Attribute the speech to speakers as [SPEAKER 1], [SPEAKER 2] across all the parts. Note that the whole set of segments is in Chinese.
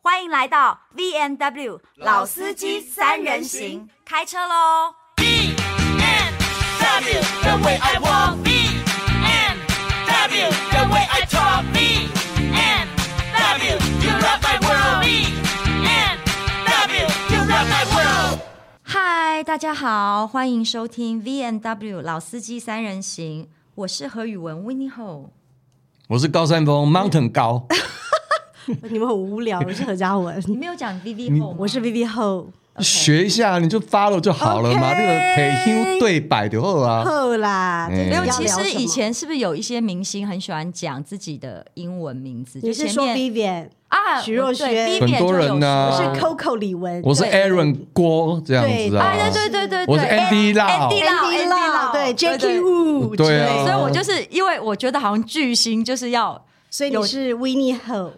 [SPEAKER 1] 欢迎来到 V N W 老司机三人行，开车喽！
[SPEAKER 2] BMW, the way I walk. BMW, the way I talk. BMW, you rock my world. BMW, you rock my world.
[SPEAKER 1] 嗨，大家好，欢迎收听 V N W 老司机三人行，我是何宇文 w i n n i Ho。
[SPEAKER 3] 我是高山峰，Mountain 高，
[SPEAKER 4] 你们很无聊，我是何嘉文，
[SPEAKER 1] 你没有讲 V V 后，
[SPEAKER 4] 我是 Vivi 后
[SPEAKER 3] 学一下你就 follow 就好了嘛。
[SPEAKER 4] OK
[SPEAKER 3] 那个培训对摆就好啊。
[SPEAKER 4] 后啦。
[SPEAKER 3] 哎
[SPEAKER 4] 没
[SPEAKER 1] 没有。其实以前是不是有一些明星很喜欢讲自己的英文名字？
[SPEAKER 4] 你
[SPEAKER 1] 就是前
[SPEAKER 4] 说
[SPEAKER 1] 面
[SPEAKER 4] Vivian，
[SPEAKER 1] 啊，
[SPEAKER 4] 徐若瑄
[SPEAKER 1] 对
[SPEAKER 3] 很多人
[SPEAKER 4] 我
[SPEAKER 3] 呐
[SPEAKER 4] 是
[SPEAKER 3] 啊
[SPEAKER 4] Coco 李玟，
[SPEAKER 3] 我是
[SPEAKER 1] 对
[SPEAKER 3] Aaron 郭这样子
[SPEAKER 4] 对
[SPEAKER 3] 啊。
[SPEAKER 1] 啊，对对对对对，
[SPEAKER 3] 我是 Andy Lau
[SPEAKER 1] Andy
[SPEAKER 4] Andy
[SPEAKER 1] Lau，Andy
[SPEAKER 4] Lau，
[SPEAKER 1] Lau，
[SPEAKER 4] 对 Jackie
[SPEAKER 1] 对
[SPEAKER 4] Wu，
[SPEAKER 3] 对啊
[SPEAKER 1] 对所以我
[SPEAKER 3] 哦
[SPEAKER 1] 就是因为我觉得好像巨星就是要
[SPEAKER 4] 所以
[SPEAKER 1] 有
[SPEAKER 4] 你是 w i n n i Ho，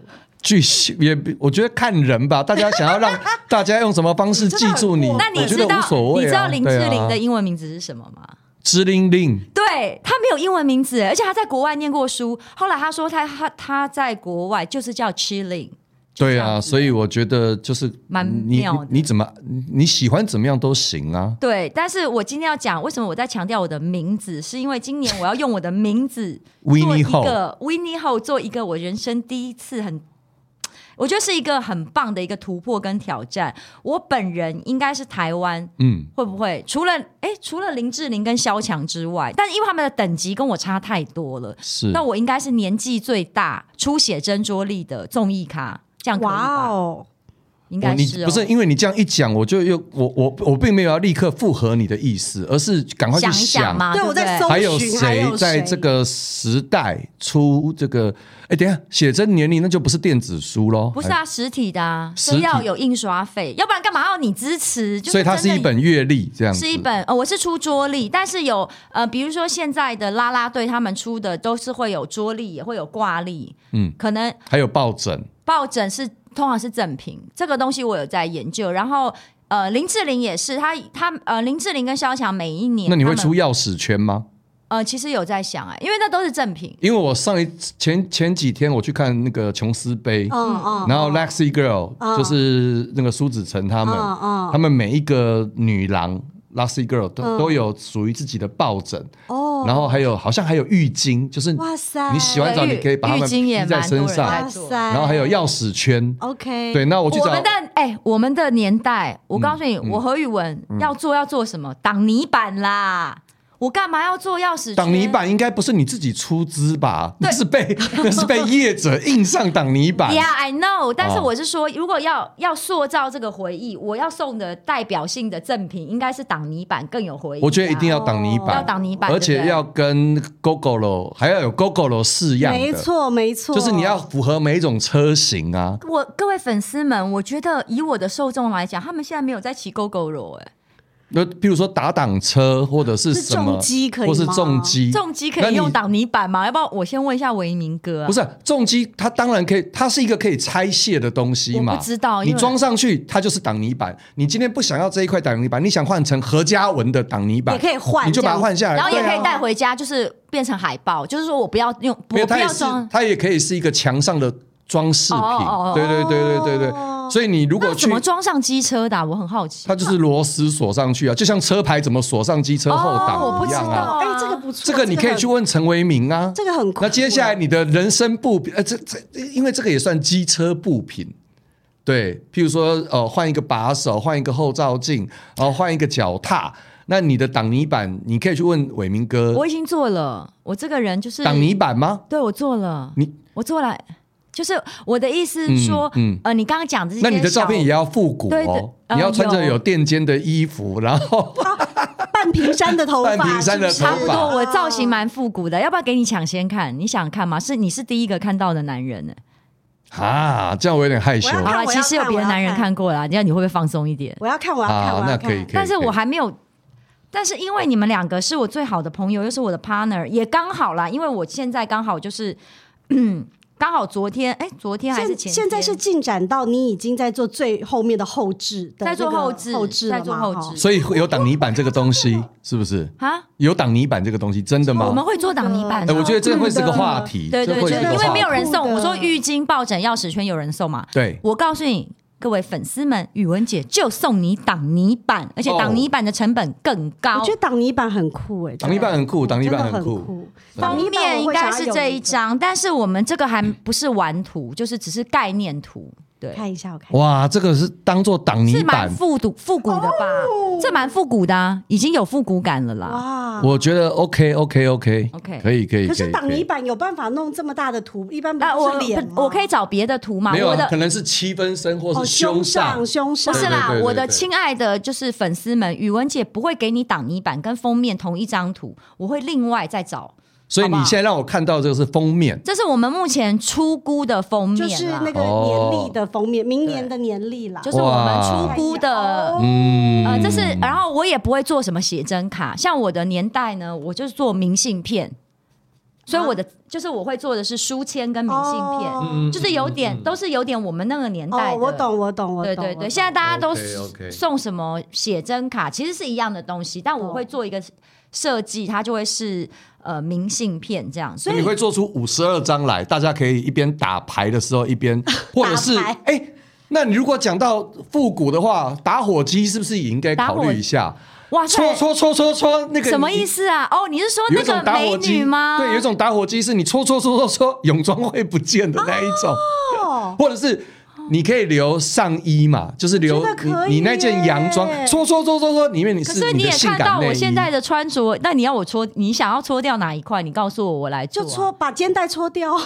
[SPEAKER 3] 巨星也，我觉得看人吧，大家想要让 大家用什么方式记住你，
[SPEAKER 1] 那你
[SPEAKER 3] 我
[SPEAKER 1] 知
[SPEAKER 3] 觉得
[SPEAKER 1] 道、
[SPEAKER 3] 无所谓啊。
[SPEAKER 1] 你知道林志玲的
[SPEAKER 3] 对啊
[SPEAKER 1] 英文名字是什么吗？
[SPEAKER 3] 志玲玲，
[SPEAKER 1] 对她没有英文名字，而且她在国外念过书。后来她说她她她在国外就是叫 Chilling，
[SPEAKER 3] 对啊，所以我觉得就是
[SPEAKER 1] 蛮
[SPEAKER 3] 你
[SPEAKER 1] 妙的
[SPEAKER 3] 你怎么你喜欢怎么样都行啊。
[SPEAKER 1] 对。但是我今天要讲为什么我在强调我的名字，是因为今年我要用我的名字做一
[SPEAKER 3] Winnie Ho
[SPEAKER 1] 个 Winnie 后做一个我人生第一次很。我觉得是一个很棒的一个突破跟挑战。我本人应该是台湾
[SPEAKER 3] 嗯，
[SPEAKER 1] 会不会除了哎除了林志玲跟萧蔷之外，但因为他们的等级跟我差太多了，
[SPEAKER 3] 是
[SPEAKER 1] 那我应该是年纪最大、出血斟酌力的综艺咖，这样可以
[SPEAKER 4] 哇
[SPEAKER 1] 吧？
[SPEAKER 4] 哦，
[SPEAKER 1] 应
[SPEAKER 3] 我
[SPEAKER 1] 该
[SPEAKER 3] 你
[SPEAKER 1] 是、哦、
[SPEAKER 3] 不是因为你这样一讲，我就又我我我并没有要立刻附和你的意思，而是赶快去
[SPEAKER 1] 想一想嘛？
[SPEAKER 4] 对
[SPEAKER 1] 不
[SPEAKER 4] 我在搜
[SPEAKER 3] 还有
[SPEAKER 4] 寻还
[SPEAKER 3] 谁
[SPEAKER 4] 有
[SPEAKER 3] 在
[SPEAKER 4] 谁
[SPEAKER 3] 这个时代出这个？哎，等一下，写真年龄那就不是电子书哎喽，
[SPEAKER 1] 不是啊，实体的啊，
[SPEAKER 3] 实体
[SPEAKER 1] 是要有印刷费，要不然干嘛要你支持？就
[SPEAKER 3] 哎，所以它是
[SPEAKER 1] 真的
[SPEAKER 3] 一本阅历这样子，
[SPEAKER 1] 是一本，呃，我是出桌历，但是有呃，比如说现在的啦啦队他们出的都是会有桌历，也会有挂历，
[SPEAKER 3] 嗯，
[SPEAKER 1] 可能
[SPEAKER 3] 还有抱枕，
[SPEAKER 1] 抱枕是通常是赠品，这个东西我有在研究。然后呃，林志玲也是，她她呃，林志玲跟萧蔷每一年
[SPEAKER 3] 那你会
[SPEAKER 1] 她们
[SPEAKER 3] 出钥匙圈吗？
[SPEAKER 1] 呃，其实有在想哎、因为那都是赠品。
[SPEAKER 3] 因为我上一前前几天我去看那个琼斯
[SPEAKER 1] 哦
[SPEAKER 3] 杯，
[SPEAKER 4] 嗯嗯，
[SPEAKER 3] 然后 Lexi Girl、就是那个苏子成他们，
[SPEAKER 1] 哦
[SPEAKER 4] 嗯嗯
[SPEAKER 3] 他们每一个女郎 Lexi Girl 都、都有属于自己的抱枕，
[SPEAKER 4] 哦
[SPEAKER 3] 然后还有好像还有浴巾，就是
[SPEAKER 4] 哇塞
[SPEAKER 3] 你洗完澡
[SPEAKER 1] 对
[SPEAKER 3] 你可以把它
[SPEAKER 1] 浴
[SPEAKER 3] 们
[SPEAKER 1] 浴巾也
[SPEAKER 3] 披在
[SPEAKER 1] 蛮多
[SPEAKER 3] 身
[SPEAKER 1] 人
[SPEAKER 3] 上
[SPEAKER 1] 在
[SPEAKER 4] 哇，
[SPEAKER 1] 做
[SPEAKER 4] 塞，
[SPEAKER 3] 然后还有钥匙圈。
[SPEAKER 4] OK，
[SPEAKER 3] 对，那我去
[SPEAKER 1] 我
[SPEAKER 3] 找嗯
[SPEAKER 1] 们的哎、我们的年代，我告诉你，我何宇文要做要做什么？挡泥板啦！我干嘛要做钥匙圈
[SPEAKER 3] 挡泥？板，应该不是你自己出资吧？那是被那是被业者印上挡泥板。
[SPEAKER 1] Yeah, I know。但
[SPEAKER 3] 哦
[SPEAKER 1] 是我是说，如果要要塑造这个回忆，我要送的代表性的赠品应该是挡泥板更有回忆啊、
[SPEAKER 3] 我觉得一定要挡泥
[SPEAKER 1] 要
[SPEAKER 3] 板，
[SPEAKER 1] 挡泥板，
[SPEAKER 3] 而且
[SPEAKER 1] 对不对
[SPEAKER 3] 要跟 GoGoRo 还要有 GoGoRo 式样的，
[SPEAKER 4] 没，错没错，
[SPEAKER 3] 就是你要符合每一种车型啊。
[SPEAKER 1] 我各位粉丝们，我觉得以我的受众来讲，他们现在没有在骑 GoGo 罗哎、
[SPEAKER 3] 那譬如说打挡车或者是
[SPEAKER 4] 是
[SPEAKER 3] 什么，
[SPEAKER 4] 重机可以
[SPEAKER 3] 或是
[SPEAKER 4] 吗
[SPEAKER 3] 重机，
[SPEAKER 1] 重机可
[SPEAKER 3] 那
[SPEAKER 1] 以
[SPEAKER 3] 你
[SPEAKER 1] 用挡泥板吗？要不要我先问一下维明哥、啊？
[SPEAKER 3] 不是重机，它当然可以，它是一个可以拆卸的东西嘛。
[SPEAKER 1] 我不知道因
[SPEAKER 3] 你
[SPEAKER 1] 为
[SPEAKER 3] 装上去它就是挡泥板。你今天不想要这一块挡泥板，你想换成何嘉文的挡泥板，
[SPEAKER 4] 也可以换
[SPEAKER 3] 你就把它换
[SPEAKER 4] 哎
[SPEAKER 3] 下来，
[SPEAKER 1] 然后也
[SPEAKER 3] 对啊
[SPEAKER 1] 可以带回家，就是变成海报，就是说我不要用，
[SPEAKER 3] 没有
[SPEAKER 1] 我不
[SPEAKER 3] 它也
[SPEAKER 1] 要
[SPEAKER 3] 是
[SPEAKER 1] 装。
[SPEAKER 3] 它也可以是一个墙上的装饰品。
[SPEAKER 1] 哦哦哦
[SPEAKER 3] 对对对对对对，所以你如果
[SPEAKER 1] 那
[SPEAKER 3] 去
[SPEAKER 1] 怎。么装上机车的啊、我很好奇。
[SPEAKER 3] 它就是螺丝锁上去啊，就像车牌怎么锁上机车后
[SPEAKER 1] 哦我
[SPEAKER 3] 挡
[SPEAKER 1] 不
[SPEAKER 3] 一
[SPEAKER 1] 知
[SPEAKER 3] 样啊。
[SPEAKER 1] 道
[SPEAKER 4] 哎
[SPEAKER 1] 啊，
[SPEAKER 4] 这个不错，
[SPEAKER 3] 这个你可以
[SPEAKER 4] 很
[SPEAKER 3] 去问陈为民啊。
[SPEAKER 4] 这个很酷
[SPEAKER 3] 那接下来你的人生布品，呃，这这，因为这个也算机车布品，对，譬如说，呃，换一个把手，换一个后照镜，然后换一个脚踏，那你的挡泥板，你可以去问伟明哥，
[SPEAKER 1] 我已经做了，我这个人就是
[SPEAKER 3] 呃挡泥板吗？
[SPEAKER 1] 对我做了，
[SPEAKER 3] 你
[SPEAKER 1] 我做了，就是我的意思是说，
[SPEAKER 3] 嗯嗯
[SPEAKER 1] 呃，你刚刚讲的这些
[SPEAKER 3] 那你的照片也
[SPEAKER 1] 小
[SPEAKER 3] 要复古
[SPEAKER 1] 对对
[SPEAKER 3] 哦，
[SPEAKER 1] 呃
[SPEAKER 3] 你要穿着
[SPEAKER 1] 有
[SPEAKER 3] 有垫肩的衣服，然后
[SPEAKER 4] 半平山的头发，
[SPEAKER 3] 半平山的
[SPEAKER 4] 是
[SPEAKER 3] 头发
[SPEAKER 1] 差不多，
[SPEAKER 3] 吧
[SPEAKER 1] 我造型蛮复古的，要不要给你抢先看？你想看吗？是你是第一个看到的男人呢、
[SPEAKER 3] 啊，这样我有点害羞。
[SPEAKER 4] 哦我要
[SPEAKER 1] 好
[SPEAKER 4] 看
[SPEAKER 1] 了，其实有别的男人看过了，这样你会不会放松一点？
[SPEAKER 4] 我要看，我要看，
[SPEAKER 3] 好，
[SPEAKER 4] 我
[SPEAKER 3] 啊那
[SPEAKER 4] 要
[SPEAKER 3] 可以，
[SPEAKER 4] 看
[SPEAKER 3] 可以。。
[SPEAKER 1] 但是
[SPEAKER 3] 可以
[SPEAKER 1] 我还没有，但是因为你们两个是我最好的朋友，又是我的 partner，也刚好啦，因为我现在刚好就是， 刚好昨天，哎，昨天还是
[SPEAKER 4] 现
[SPEAKER 1] 前天
[SPEAKER 4] 现在是进展到你已经在做最后面的后置的
[SPEAKER 1] 在
[SPEAKER 4] 那
[SPEAKER 1] 做
[SPEAKER 4] 个
[SPEAKER 1] 后
[SPEAKER 4] 后
[SPEAKER 1] 置
[SPEAKER 4] 置
[SPEAKER 1] 在
[SPEAKER 4] 了
[SPEAKER 1] 做
[SPEAKER 4] 嘛
[SPEAKER 1] 后
[SPEAKER 4] 哈
[SPEAKER 1] 置
[SPEAKER 3] 所以有挡泥板这个东西，是不是？
[SPEAKER 1] 啊，
[SPEAKER 3] 有挡泥板这个东西，真的吗？
[SPEAKER 1] 我们会做挡泥板
[SPEAKER 3] 哎，
[SPEAKER 1] 的。
[SPEAKER 3] 我觉得这会是个话题，
[SPEAKER 1] 嗯对对
[SPEAKER 3] 这会
[SPEAKER 1] 对，
[SPEAKER 3] 是个话
[SPEAKER 4] 这
[SPEAKER 1] 因
[SPEAKER 3] 题
[SPEAKER 1] 为没有人送。
[SPEAKER 4] 酷的
[SPEAKER 1] 我说浴巾、抱枕、钥匙圈有人送嘛？
[SPEAKER 3] 对
[SPEAKER 1] 我告诉你，各位粉丝们，宇文姐就送你挡泥板，而且挡泥板的成本更高。
[SPEAKER 4] 哦我觉得挡泥板很酷哎，
[SPEAKER 3] 挡泥板很酷，挡泥
[SPEAKER 4] 真的
[SPEAKER 3] 板
[SPEAKER 4] 很
[SPEAKER 3] 酷。，
[SPEAKER 4] 挡泥
[SPEAKER 1] 封
[SPEAKER 4] 板
[SPEAKER 1] 面
[SPEAKER 4] 我
[SPEAKER 1] 应
[SPEAKER 4] 会想
[SPEAKER 1] 该
[SPEAKER 4] 要
[SPEAKER 1] 是
[SPEAKER 4] 有
[SPEAKER 1] 这一
[SPEAKER 4] 一个，
[SPEAKER 1] 张，但是我们这个还不是玩图，就是只是概念图，对，
[SPEAKER 4] 看一下，我看一下。
[SPEAKER 3] 哇，这个是当做挡泥
[SPEAKER 1] 是蛮
[SPEAKER 3] 板，
[SPEAKER 1] 复古复古的吧？这蛮复古的、啊，已经有复古感了啦。
[SPEAKER 4] 哦哇，
[SPEAKER 3] 我觉得 OK OK OK
[SPEAKER 1] OK
[SPEAKER 3] 可以可以。
[SPEAKER 4] 可是
[SPEAKER 3] 以
[SPEAKER 4] 挡泥
[SPEAKER 3] 以
[SPEAKER 4] 板有办法弄这么大的图，一般不
[SPEAKER 1] 那啊我
[SPEAKER 4] 是脸吗
[SPEAKER 1] 我可以找别的图嘛？
[SPEAKER 3] 没有
[SPEAKER 1] 我
[SPEAKER 3] 啊，
[SPEAKER 1] 的
[SPEAKER 3] 可能是七分身或
[SPEAKER 4] 哦
[SPEAKER 3] 是
[SPEAKER 4] 胸
[SPEAKER 3] 上
[SPEAKER 4] 上。胸上
[SPEAKER 1] 不是啦
[SPEAKER 3] 对对对对，对
[SPEAKER 1] 我的亲爱的就是粉丝们，宇文姐不会给你挡泥板跟封面同一张图，我会另外再找。
[SPEAKER 3] 所以
[SPEAKER 1] 好不
[SPEAKER 3] 你
[SPEAKER 1] 好
[SPEAKER 3] 现在让我看到这个是封面，
[SPEAKER 1] 这是我们目前初估的封面
[SPEAKER 4] 就
[SPEAKER 1] 啦，
[SPEAKER 4] 是那个
[SPEAKER 3] 哦
[SPEAKER 4] 年历的封面，明年的年历啦。
[SPEAKER 1] 就是是我们初
[SPEAKER 3] 哇
[SPEAKER 1] 估的。
[SPEAKER 4] 哎
[SPEAKER 3] 嗯，
[SPEAKER 1] 呃，这是，然后我也不会做什么写真卡，像我的年代呢，我就是做明信片，所以我的、就是我会做的是书签跟明信片，
[SPEAKER 4] 啊
[SPEAKER 3] 嗯
[SPEAKER 4] 哦
[SPEAKER 1] 就是有点、都是有点我们那个年代
[SPEAKER 4] 哦，
[SPEAKER 1] 的。
[SPEAKER 4] 我懂，我懂，我懂。
[SPEAKER 1] 对对
[SPEAKER 4] 我懂
[SPEAKER 1] 对，现在大家都
[SPEAKER 3] OK，OK
[SPEAKER 1] 送什么写真卡，其实是一样的东西，但我会做一个设计，它就会是呃明信片这样。所
[SPEAKER 3] 所以你会做出五十二张来，大家可以一边打牌的时候 一边，或者是
[SPEAKER 4] 牌
[SPEAKER 3] 哎、那你如果讲到复古的话，打火机是不是也应该考虑一下？
[SPEAKER 1] 哇
[SPEAKER 3] 戳
[SPEAKER 1] 塞，
[SPEAKER 3] 戳戳戳戳，那个
[SPEAKER 1] 啊什么意
[SPEAKER 3] 思？
[SPEAKER 1] 思啊？哦，你是说
[SPEAKER 3] 有
[SPEAKER 1] 那
[SPEAKER 3] 一种
[SPEAKER 1] 个
[SPEAKER 3] 打
[SPEAKER 1] 美
[SPEAKER 3] 火机
[SPEAKER 1] 女吗？
[SPEAKER 3] 对，有一种打火机是你戳戳戳戳戳，泳装会不见的那一种，
[SPEAKER 4] 哦
[SPEAKER 3] 或者是。你可以留上衣嘛，就是留
[SPEAKER 4] 我觉得可以
[SPEAKER 3] 你你那件洋装，
[SPEAKER 4] 耶
[SPEAKER 3] 戳戳戳戳戳，里面你
[SPEAKER 1] 可
[SPEAKER 3] 是
[SPEAKER 1] 是
[SPEAKER 3] 你
[SPEAKER 1] 你
[SPEAKER 3] 的
[SPEAKER 1] 也
[SPEAKER 3] 性
[SPEAKER 1] 看
[SPEAKER 3] 感
[SPEAKER 1] 到
[SPEAKER 3] 内衣。
[SPEAKER 1] 我现在的穿着，那你要我搓，你想要搓掉哪一块？你告诉我，我来做
[SPEAKER 4] 就
[SPEAKER 1] 啊
[SPEAKER 4] 戳把肩带戳掉，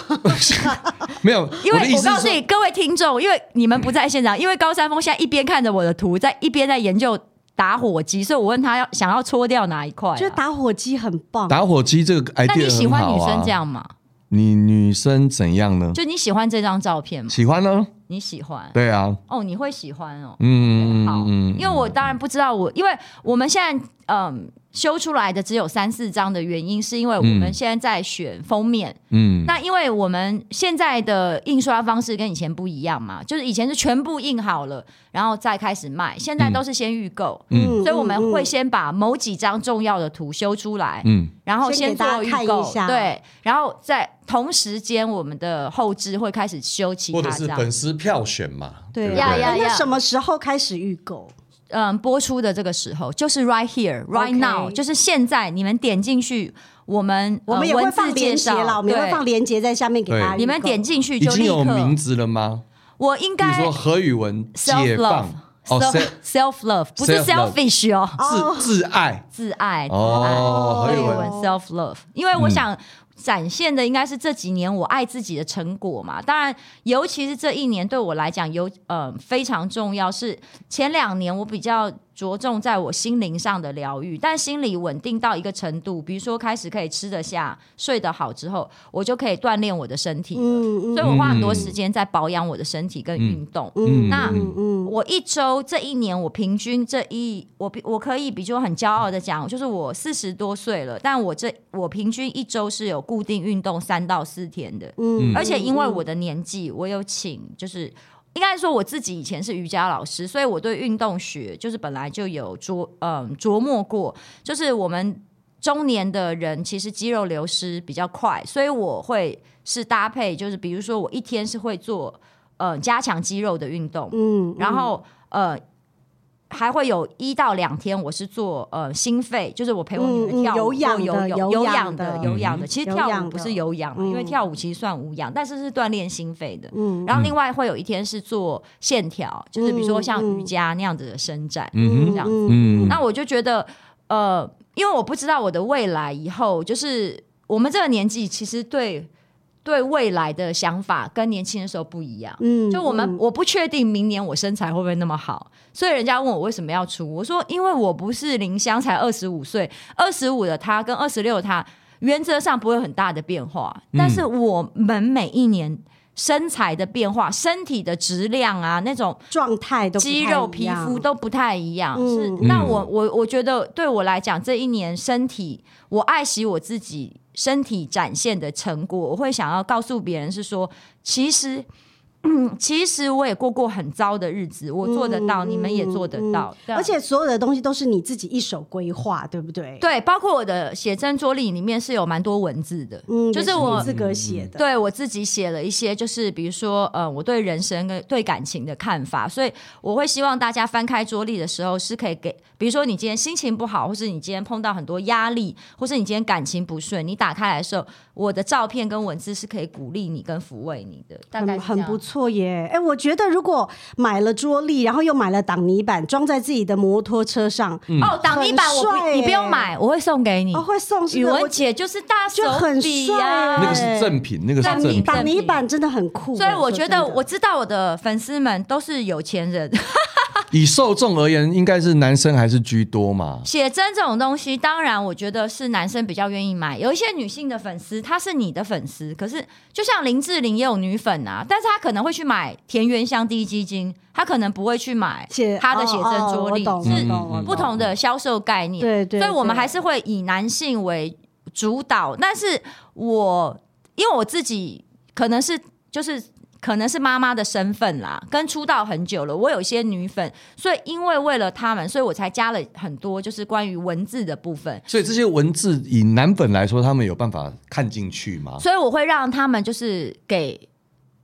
[SPEAKER 3] 没有，
[SPEAKER 1] 因
[SPEAKER 3] 我的
[SPEAKER 1] 为
[SPEAKER 3] 意
[SPEAKER 1] 我
[SPEAKER 3] 思
[SPEAKER 1] 告
[SPEAKER 3] 是
[SPEAKER 1] 诉
[SPEAKER 3] 说
[SPEAKER 1] 你各位听众，因为你们不在现场，因为高山峰现在一边看着我的图，在一边在研究打火机，所以我问他要想要搓掉哪一块啊、
[SPEAKER 4] 觉得打火机很棒。
[SPEAKER 3] 打火机这个 idea
[SPEAKER 1] 那你喜欢
[SPEAKER 3] 很好
[SPEAKER 1] 女
[SPEAKER 3] 啊
[SPEAKER 1] 生这样吗？
[SPEAKER 3] 你女生怎样呢？
[SPEAKER 1] 就你喜欢这张照片吗？
[SPEAKER 3] 喜欢呢？
[SPEAKER 1] 你喜欢
[SPEAKER 3] 对啊，
[SPEAKER 1] 哦，你会喜欢哦。
[SPEAKER 3] 嗯
[SPEAKER 1] 好，
[SPEAKER 3] 嗯，
[SPEAKER 1] 因为我当然不知道我，因为我们现在嗯修出来的只有三四张的原因，是因为我们现在在选封面。
[SPEAKER 3] 嗯，
[SPEAKER 1] 那因为我们现在的印刷方式跟以前不一样嘛，就是以前是全部印好了，然后再开始卖，现在都是先预购，
[SPEAKER 4] 嗯
[SPEAKER 1] 所以我们会先把某几张重要的图修出来，
[SPEAKER 3] 嗯
[SPEAKER 1] 然后
[SPEAKER 4] 先给大
[SPEAKER 1] 做
[SPEAKER 4] 家
[SPEAKER 1] 预
[SPEAKER 4] 看一
[SPEAKER 1] 购，
[SPEAKER 4] 下
[SPEAKER 1] 对，然后在同时间我们的后置会开始修其
[SPEAKER 3] 或
[SPEAKER 1] 他
[SPEAKER 3] 者是
[SPEAKER 1] 张，
[SPEAKER 3] 粉丝票选嘛，
[SPEAKER 4] 对
[SPEAKER 3] 不
[SPEAKER 1] 呀
[SPEAKER 3] 对
[SPEAKER 1] 呀
[SPEAKER 4] 哎那什么时候开始预购？
[SPEAKER 1] 嗯，播出的这个时候就是 right here right
[SPEAKER 4] OK
[SPEAKER 1] now，就是现在你们点进去，我们
[SPEAKER 4] 我们
[SPEAKER 1] 呃
[SPEAKER 4] 也会
[SPEAKER 1] 文字
[SPEAKER 4] 放链
[SPEAKER 1] 介
[SPEAKER 4] 接
[SPEAKER 1] 绍
[SPEAKER 4] 啦，我们也会
[SPEAKER 1] 对
[SPEAKER 4] 放链接在下面给大家
[SPEAKER 3] 对
[SPEAKER 4] 预购。
[SPEAKER 1] 你们点进去
[SPEAKER 3] 已
[SPEAKER 1] 就
[SPEAKER 3] 经
[SPEAKER 1] 立
[SPEAKER 3] 有名
[SPEAKER 1] 刻，
[SPEAKER 3] 字了吗？
[SPEAKER 1] 我应
[SPEAKER 3] 比如
[SPEAKER 1] 该
[SPEAKER 3] 说何宇文
[SPEAKER 1] self
[SPEAKER 3] 解
[SPEAKER 1] love
[SPEAKER 3] 放哦
[SPEAKER 1] self self love 不是
[SPEAKER 3] self love
[SPEAKER 1] selfish 哦，
[SPEAKER 3] 自自爱
[SPEAKER 1] 自爱自爱，
[SPEAKER 3] 哦，何宇
[SPEAKER 1] 对，我
[SPEAKER 3] 文
[SPEAKER 1] 们 self love，因为我想。展现的应该是这几年我爱自己的成果嘛，当然，尤其是这一年对我来讲有呃非常重要。是前两年我比较着重在我心灵上的疗愈，但心理稳定到一个程度，比如说开始可以吃得下、睡得好之后，我就可以锻炼我的身体了。
[SPEAKER 4] 嗯嗯
[SPEAKER 1] 所以我花很多时间在保养我的身体跟运动。
[SPEAKER 4] 嗯
[SPEAKER 1] 那
[SPEAKER 4] 嗯嗯，
[SPEAKER 1] 我一周这一年，我平均这一我比我可以比就很骄傲的讲，就是我四十多岁了，但我这我平均一周是有固定运动三到四天的，
[SPEAKER 4] 嗯
[SPEAKER 1] 而且因为我的年纪，我有请就是。应该说我自己以前是瑜伽老师，所以我对运动学就是本来就有琢嗯琢磨过，就是我们中年的人其实肌肉流失比较快，所以我会是搭配，就是比如说我一天是会做呃加强肌肉的运动，
[SPEAKER 4] 嗯，
[SPEAKER 1] 然后呃，还会有一到两天我是做呃心肺，就是我陪我女儿
[SPEAKER 4] 嗯嗯
[SPEAKER 1] 跳舞，
[SPEAKER 4] 有
[SPEAKER 1] 做
[SPEAKER 4] 氧的
[SPEAKER 1] 有
[SPEAKER 4] 有
[SPEAKER 1] 有
[SPEAKER 4] 氧
[SPEAKER 1] 氧
[SPEAKER 4] 的嗯
[SPEAKER 1] 有氧的。其实
[SPEAKER 4] 有
[SPEAKER 1] 跳
[SPEAKER 4] 氧
[SPEAKER 1] 舞不
[SPEAKER 4] 的
[SPEAKER 1] 是有氧嘛，因为
[SPEAKER 4] 嗯
[SPEAKER 1] 跳舞其实算无氧，但是是锻炼心肺的。
[SPEAKER 4] 嗯
[SPEAKER 1] 然后另外会有一天是做线条，就是比如说像
[SPEAKER 4] 嗯嗯
[SPEAKER 1] 瑜伽那样子的伸展，
[SPEAKER 3] 嗯
[SPEAKER 1] 这样子。
[SPEAKER 3] 嗯
[SPEAKER 1] 那我就觉得，呃，因为我不知道我的未来以后，就是我们这个年纪，其实对对未来的想法跟年轻的时候不一样。
[SPEAKER 4] 嗯
[SPEAKER 1] 就我们，我不确定明年我身材会不会那么好，所以人家问我为什么要出，我说因为我不是林香，才二十五岁，二十五的她
[SPEAKER 4] 嗯
[SPEAKER 1] 跟二十六她原则上不会有很大的变化，但是我们每一年身材的变化、身体的质量啊，那种
[SPEAKER 4] 状态都不太
[SPEAKER 1] 肌
[SPEAKER 4] 一
[SPEAKER 1] 肉、皮
[SPEAKER 4] 样
[SPEAKER 1] 肤都不太一样。
[SPEAKER 4] 嗯
[SPEAKER 1] 是，那我我我觉得对我来讲，这一年身体，我爱惜我自己身体展现的成果，我会想要告诉别人是说，其实。嗯其实我也过过很糟的日子，我做得到，
[SPEAKER 4] 嗯
[SPEAKER 1] 你们也做得到，对
[SPEAKER 4] 而且所有的东西都是你自己一手规划，对不对？，
[SPEAKER 1] 对，包括我的写真桌历里面是有蛮多文字的，
[SPEAKER 4] 嗯，
[SPEAKER 1] 就
[SPEAKER 4] 也
[SPEAKER 1] 是
[SPEAKER 4] 你
[SPEAKER 1] 我
[SPEAKER 4] 自个儿写的，
[SPEAKER 1] 对我自己写了一些，就是比如说，呃，我对人生跟对感情的看法，所以我会希望大家翻开桌历的时候是可以给，比如说你今天心情不好，或是你今天碰到很多压力，或是你今天感情不顺，你打开来的时候，我的照片跟文字是可以鼓励你跟抚慰你的，大概
[SPEAKER 4] 很
[SPEAKER 1] 是
[SPEAKER 4] 很
[SPEAKER 1] 这样
[SPEAKER 4] 不错耶！哎，我觉得如果买了桌立，然后又买了挡泥板，装在自己的摩托车上，
[SPEAKER 1] 哦，挡泥板我
[SPEAKER 4] 很
[SPEAKER 1] 不
[SPEAKER 4] 帅
[SPEAKER 1] 你不用
[SPEAKER 4] 耶
[SPEAKER 1] 买，我会送给你。
[SPEAKER 4] 哦，会送是
[SPEAKER 1] 宇
[SPEAKER 4] 不是
[SPEAKER 1] 文
[SPEAKER 4] 我
[SPEAKER 1] 姐就是大手
[SPEAKER 4] 就很
[SPEAKER 1] 笔
[SPEAKER 4] 帅
[SPEAKER 1] 呀、
[SPEAKER 4] 啊
[SPEAKER 3] 那个
[SPEAKER 1] 呃
[SPEAKER 3] 是正品，那个是
[SPEAKER 1] 正品
[SPEAKER 3] 正品。
[SPEAKER 4] 挡泥板真的很酷，哎
[SPEAKER 1] 所以我觉得，
[SPEAKER 4] 说真的
[SPEAKER 1] 我知道我的粉丝们都是有钱人，啊
[SPEAKER 3] 以受众而言，应该是男生还是居多嘛？
[SPEAKER 1] 写真这种东西，当然我觉得是男生比较愿意买。有一些女性的粉丝，她是你的粉丝，可是就像林志玲也有女粉啊，但是她可能会去买田园香滴基金，她可能不会去买
[SPEAKER 4] 写
[SPEAKER 1] 她的写真
[SPEAKER 4] 哦哦
[SPEAKER 1] 桌历，
[SPEAKER 4] 我懂
[SPEAKER 1] 是
[SPEAKER 4] 我懂我懂
[SPEAKER 1] 不同的销售概念。
[SPEAKER 4] 对对
[SPEAKER 1] 所以我们
[SPEAKER 4] 对
[SPEAKER 1] 还是会以男性为主导。但是我因为我自己可能是就是可能是妈妈的身份啦，跟出道很久了，我有一些女粉，所以因为为了他们，所以我才加了很多就是关于文字的部分。
[SPEAKER 3] 所以这些文字以男本来说，他们有办法看进去吗？
[SPEAKER 1] 所以我会让他们就是给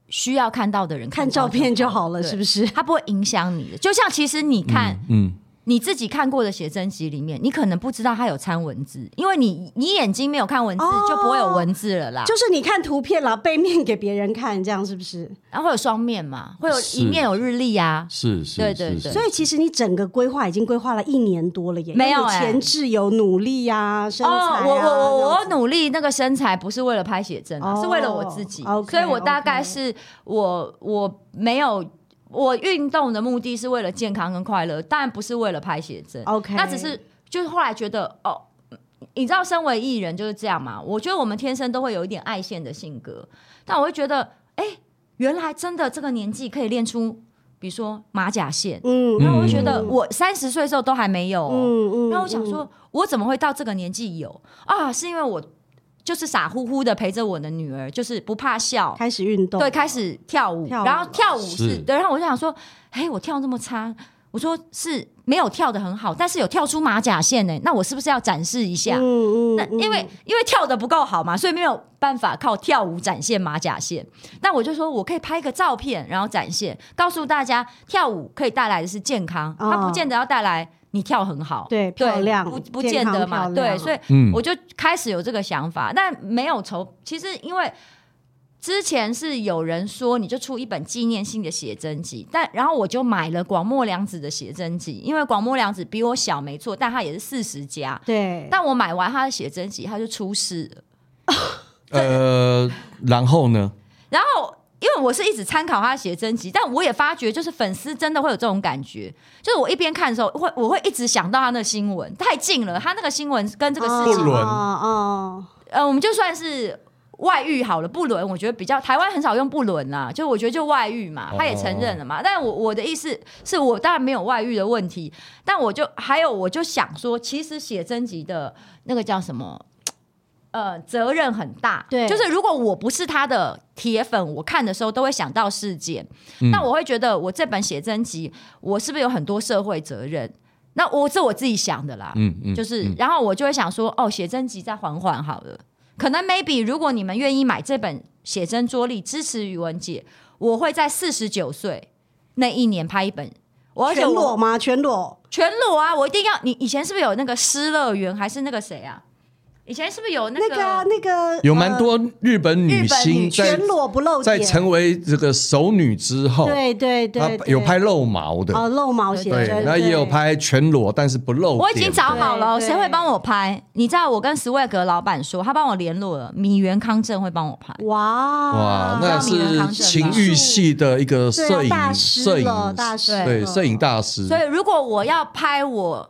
[SPEAKER 1] 需要看到的人
[SPEAKER 4] 看
[SPEAKER 1] 到
[SPEAKER 4] 照片就好了，
[SPEAKER 1] 对
[SPEAKER 4] 是不是？
[SPEAKER 1] 它不会影响你的。就像其实你看、
[SPEAKER 3] 嗯，
[SPEAKER 1] 你自己看过的写真集里面，你可能不知道它有掺文字，因为你你眼睛没有看文字，
[SPEAKER 4] 哦
[SPEAKER 1] 就不会有文字了啦。
[SPEAKER 4] 就是你看图片啦，背面给别人看，这样是不是？
[SPEAKER 1] 然后会有双面嘛，会有
[SPEAKER 3] 是
[SPEAKER 1] 一面有日历啊。
[SPEAKER 3] 是是，
[SPEAKER 1] 对对
[SPEAKER 3] 是
[SPEAKER 1] 对
[SPEAKER 3] 是
[SPEAKER 4] 所以其实你整个规划已经规划了一年多了耶，
[SPEAKER 1] 没有
[SPEAKER 4] 因为你
[SPEAKER 1] 哎哦
[SPEAKER 4] 前置有努力呀，身材啊
[SPEAKER 1] 我我我我
[SPEAKER 4] 这样子
[SPEAKER 1] 努力那个身材不是为了拍写真啊、
[SPEAKER 4] 哦
[SPEAKER 1] 是为了我自己
[SPEAKER 4] OK，
[SPEAKER 1] 所以我大概
[SPEAKER 4] OK
[SPEAKER 1] 是我我没有我运动的目的是为了健康跟快乐，但不是为了拍写真。
[SPEAKER 4] OK
[SPEAKER 1] 那只是就是后来觉得哦。你知道，身为艺人就是这样嘛？我觉得我们天生都会有一点爱现的性格，但我会觉得，哎、原来真的这个年纪可以练出，比如说马甲线，
[SPEAKER 4] 嗯，
[SPEAKER 1] 那我会觉得
[SPEAKER 4] 嗯
[SPEAKER 1] 我三十岁的时候都还没有、哦，
[SPEAKER 4] 嗯嗯
[SPEAKER 1] 然后我想说，我怎么会到这个年纪有啊？是因为我就是傻乎乎的陪着我的女儿，就是不怕笑，
[SPEAKER 4] 开始运动，
[SPEAKER 1] 对，开始跳舞，
[SPEAKER 4] 跳舞
[SPEAKER 1] 然后跳舞是
[SPEAKER 3] 是
[SPEAKER 1] 对，然后我就想说，哎，我跳这么差，我说是没有跳的很好，但是有跳出马甲线呢，欸那我是不是要展示一下？
[SPEAKER 4] 嗯
[SPEAKER 1] 那因为因为跳的不够好嘛，所以没有办法靠跳舞展现马甲线。那我就说我可以拍个照片，然后展现，告诉大家跳舞可以带来的是健康，
[SPEAKER 4] 哦
[SPEAKER 1] 它不见得要带来你跳很好，
[SPEAKER 4] 对漂亮
[SPEAKER 1] 不不
[SPEAKER 4] 健
[SPEAKER 1] 见
[SPEAKER 4] 康
[SPEAKER 1] 得嘛，
[SPEAKER 4] 漂亮
[SPEAKER 1] 对，所以
[SPEAKER 3] 嗯
[SPEAKER 1] 我就开始有这个想法，但没有筹。其实因为之前是有人说你就出一本纪念性的写真集，但然后我就买了广末凉子的写真集，因为广末凉子比我小没错，但她也是四十加，
[SPEAKER 4] 对，
[SPEAKER 1] 但我买完他的写真集，他就出事了。
[SPEAKER 3] 呃，然后呢？
[SPEAKER 1] 然后，因为我是一直参考他的写真集，但我也发觉，就是粉丝真的会有这种感觉，就是我一边看的时候，会我会一直想到他那个新闻，太近了，他那个新闻跟这个事
[SPEAKER 3] 不
[SPEAKER 1] 情，
[SPEAKER 3] 伦
[SPEAKER 4] 啊哦，
[SPEAKER 1] 呃，我们就算是。外遇好了，不伦，我觉得比较台湾很少用不伦啦，就我觉得就外遇
[SPEAKER 3] 哦
[SPEAKER 1] 嘛，他也承认了嘛。但我我的意思是我当然没有外遇的问题，但我就还有我就想说，其实写真集的那个叫什么，呃，责任很大。
[SPEAKER 4] 对
[SPEAKER 1] 就是如果我不是他的铁粉，我看的时候都会想到事件，
[SPEAKER 3] 嗯
[SPEAKER 1] 那我会觉得我这本写真集，我是不是有很多社会责任？那我这我自己想的啦，
[SPEAKER 3] 嗯嗯，
[SPEAKER 1] 就是，
[SPEAKER 3] 嗯
[SPEAKER 1] 然后我就会想说，哦，写真集再缓缓好了。可能 maybe 如果你们愿意买这本写真桌历支持宇文姐，我会在四十九岁那一年拍一本。我
[SPEAKER 4] 哦
[SPEAKER 1] 而且
[SPEAKER 4] 全
[SPEAKER 1] 我
[SPEAKER 4] 裸吗？全裸，
[SPEAKER 1] 全裸啊！我一定要你以前是不是有那个失乐园还是那个谁啊？以前是不是有那
[SPEAKER 4] 那
[SPEAKER 1] 个？
[SPEAKER 4] 个啊那个
[SPEAKER 3] 有蛮多日本女
[SPEAKER 1] 呃
[SPEAKER 3] 星在
[SPEAKER 4] 全裸不露
[SPEAKER 3] 在
[SPEAKER 4] 点，
[SPEAKER 3] 成为这个熟女之后，
[SPEAKER 4] 对对
[SPEAKER 3] 她
[SPEAKER 4] 对，对
[SPEAKER 3] 有拍露毛的，
[SPEAKER 4] 哦露毛写
[SPEAKER 3] 对，
[SPEAKER 4] 真，
[SPEAKER 3] 那也有
[SPEAKER 4] 对。
[SPEAKER 3] 拍全裸，但是不露点的。
[SPEAKER 1] 我已经找好了，
[SPEAKER 4] 对
[SPEAKER 1] 谁
[SPEAKER 4] 对
[SPEAKER 1] 会帮我拍？你知道我跟 Swag 老板说，他帮我联络了，米原康正会帮我拍。
[SPEAKER 4] 哇
[SPEAKER 3] 哇，那
[SPEAKER 1] 米原康
[SPEAKER 3] 是
[SPEAKER 1] 正
[SPEAKER 3] 情欲系的一个摄
[SPEAKER 4] 对啊大
[SPEAKER 3] 影
[SPEAKER 4] 师
[SPEAKER 3] 摄影
[SPEAKER 4] 了大师
[SPEAKER 3] 对
[SPEAKER 4] 了
[SPEAKER 3] 摄影大师，
[SPEAKER 1] 所以如果我要拍我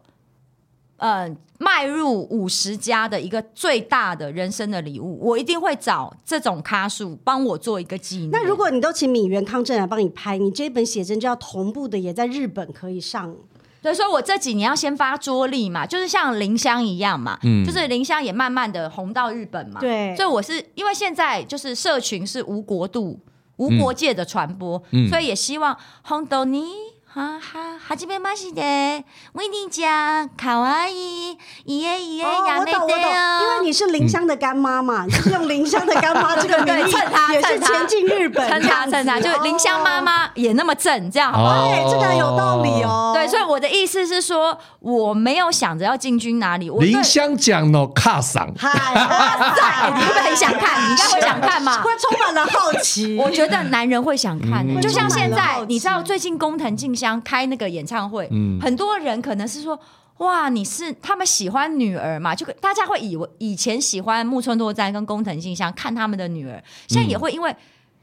[SPEAKER 1] 呃迈入五十加的一个最大的人生的礼物，我一定会找这种咖数帮我做一个纪念。
[SPEAKER 4] 那如果你都请敏源康正来帮你拍，你这一本写真就要同步的也在日本可以上。
[SPEAKER 1] 对，所以我这几年要先发桌历嘛，就是像林香一样嘛，
[SPEAKER 3] 嗯
[SPEAKER 1] 就是林香也慢慢的红到日本嘛，
[SPEAKER 4] 对
[SPEAKER 1] 所以我是因为现在就是社群是无国度、无国界的传播，
[SPEAKER 3] 嗯
[SPEAKER 1] 所以也希望红豆尼。哈哈，はじめまして。维尼酱，卡哇伊，いえいえ，や
[SPEAKER 4] 哦我
[SPEAKER 1] め
[SPEAKER 4] 懂，我懂，
[SPEAKER 1] て
[SPEAKER 4] 因为
[SPEAKER 1] 哦。
[SPEAKER 4] 你是林香的干妈嘛，你是用林香的干妈这个名
[SPEAKER 1] 对
[SPEAKER 4] 义，
[SPEAKER 1] 蹭她
[SPEAKER 4] 也是
[SPEAKER 1] 蹭她
[SPEAKER 4] 前进日本这样
[SPEAKER 1] 称
[SPEAKER 4] 子，
[SPEAKER 1] 他称他，就是林香妈妈也那么正，这样好不好？
[SPEAKER 4] 哦。对，这个有道理。哦。
[SPEAKER 1] 对，所以我的意思是说，我没有想着要进军哪里，我对
[SPEAKER 3] 林香讲哦，卡嗓，
[SPEAKER 4] 嗨，哇
[SPEAKER 1] 哎你会不会很想看？你应该会想看 吧？
[SPEAKER 4] 会充满了好 奇。
[SPEAKER 1] 我觉得男人会想看、欸
[SPEAKER 4] 嗯
[SPEAKER 1] 就像现
[SPEAKER 4] 充满了好
[SPEAKER 1] 在
[SPEAKER 4] 奇，
[SPEAKER 1] 你知道最近工藤静香开那个演唱会，
[SPEAKER 3] 嗯
[SPEAKER 1] 很多人可能是说。哇，你是他们喜欢女儿嘛？就大家会以为以前喜欢木村拓哉跟工藤静香看他们的女儿，现在也会因为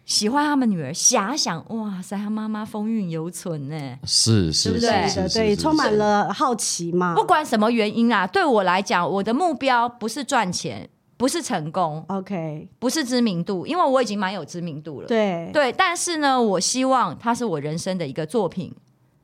[SPEAKER 1] 喜欢他们女儿遐想，哇塞，他妈妈风韵犹存呢。
[SPEAKER 3] 是是
[SPEAKER 1] 对不对
[SPEAKER 3] 是
[SPEAKER 4] 对
[SPEAKER 3] 是，
[SPEAKER 4] 对，
[SPEAKER 3] 是
[SPEAKER 4] 充满了好奇嘛
[SPEAKER 1] 不。管什么原因啊，对我来讲，我的目标不是赚钱，不是成功，
[SPEAKER 4] OK，
[SPEAKER 1] 不是知名度，因为我已经蛮有知名度了。
[SPEAKER 4] 对，
[SPEAKER 1] 对，但是呢，我希望它是我人生的一个作品。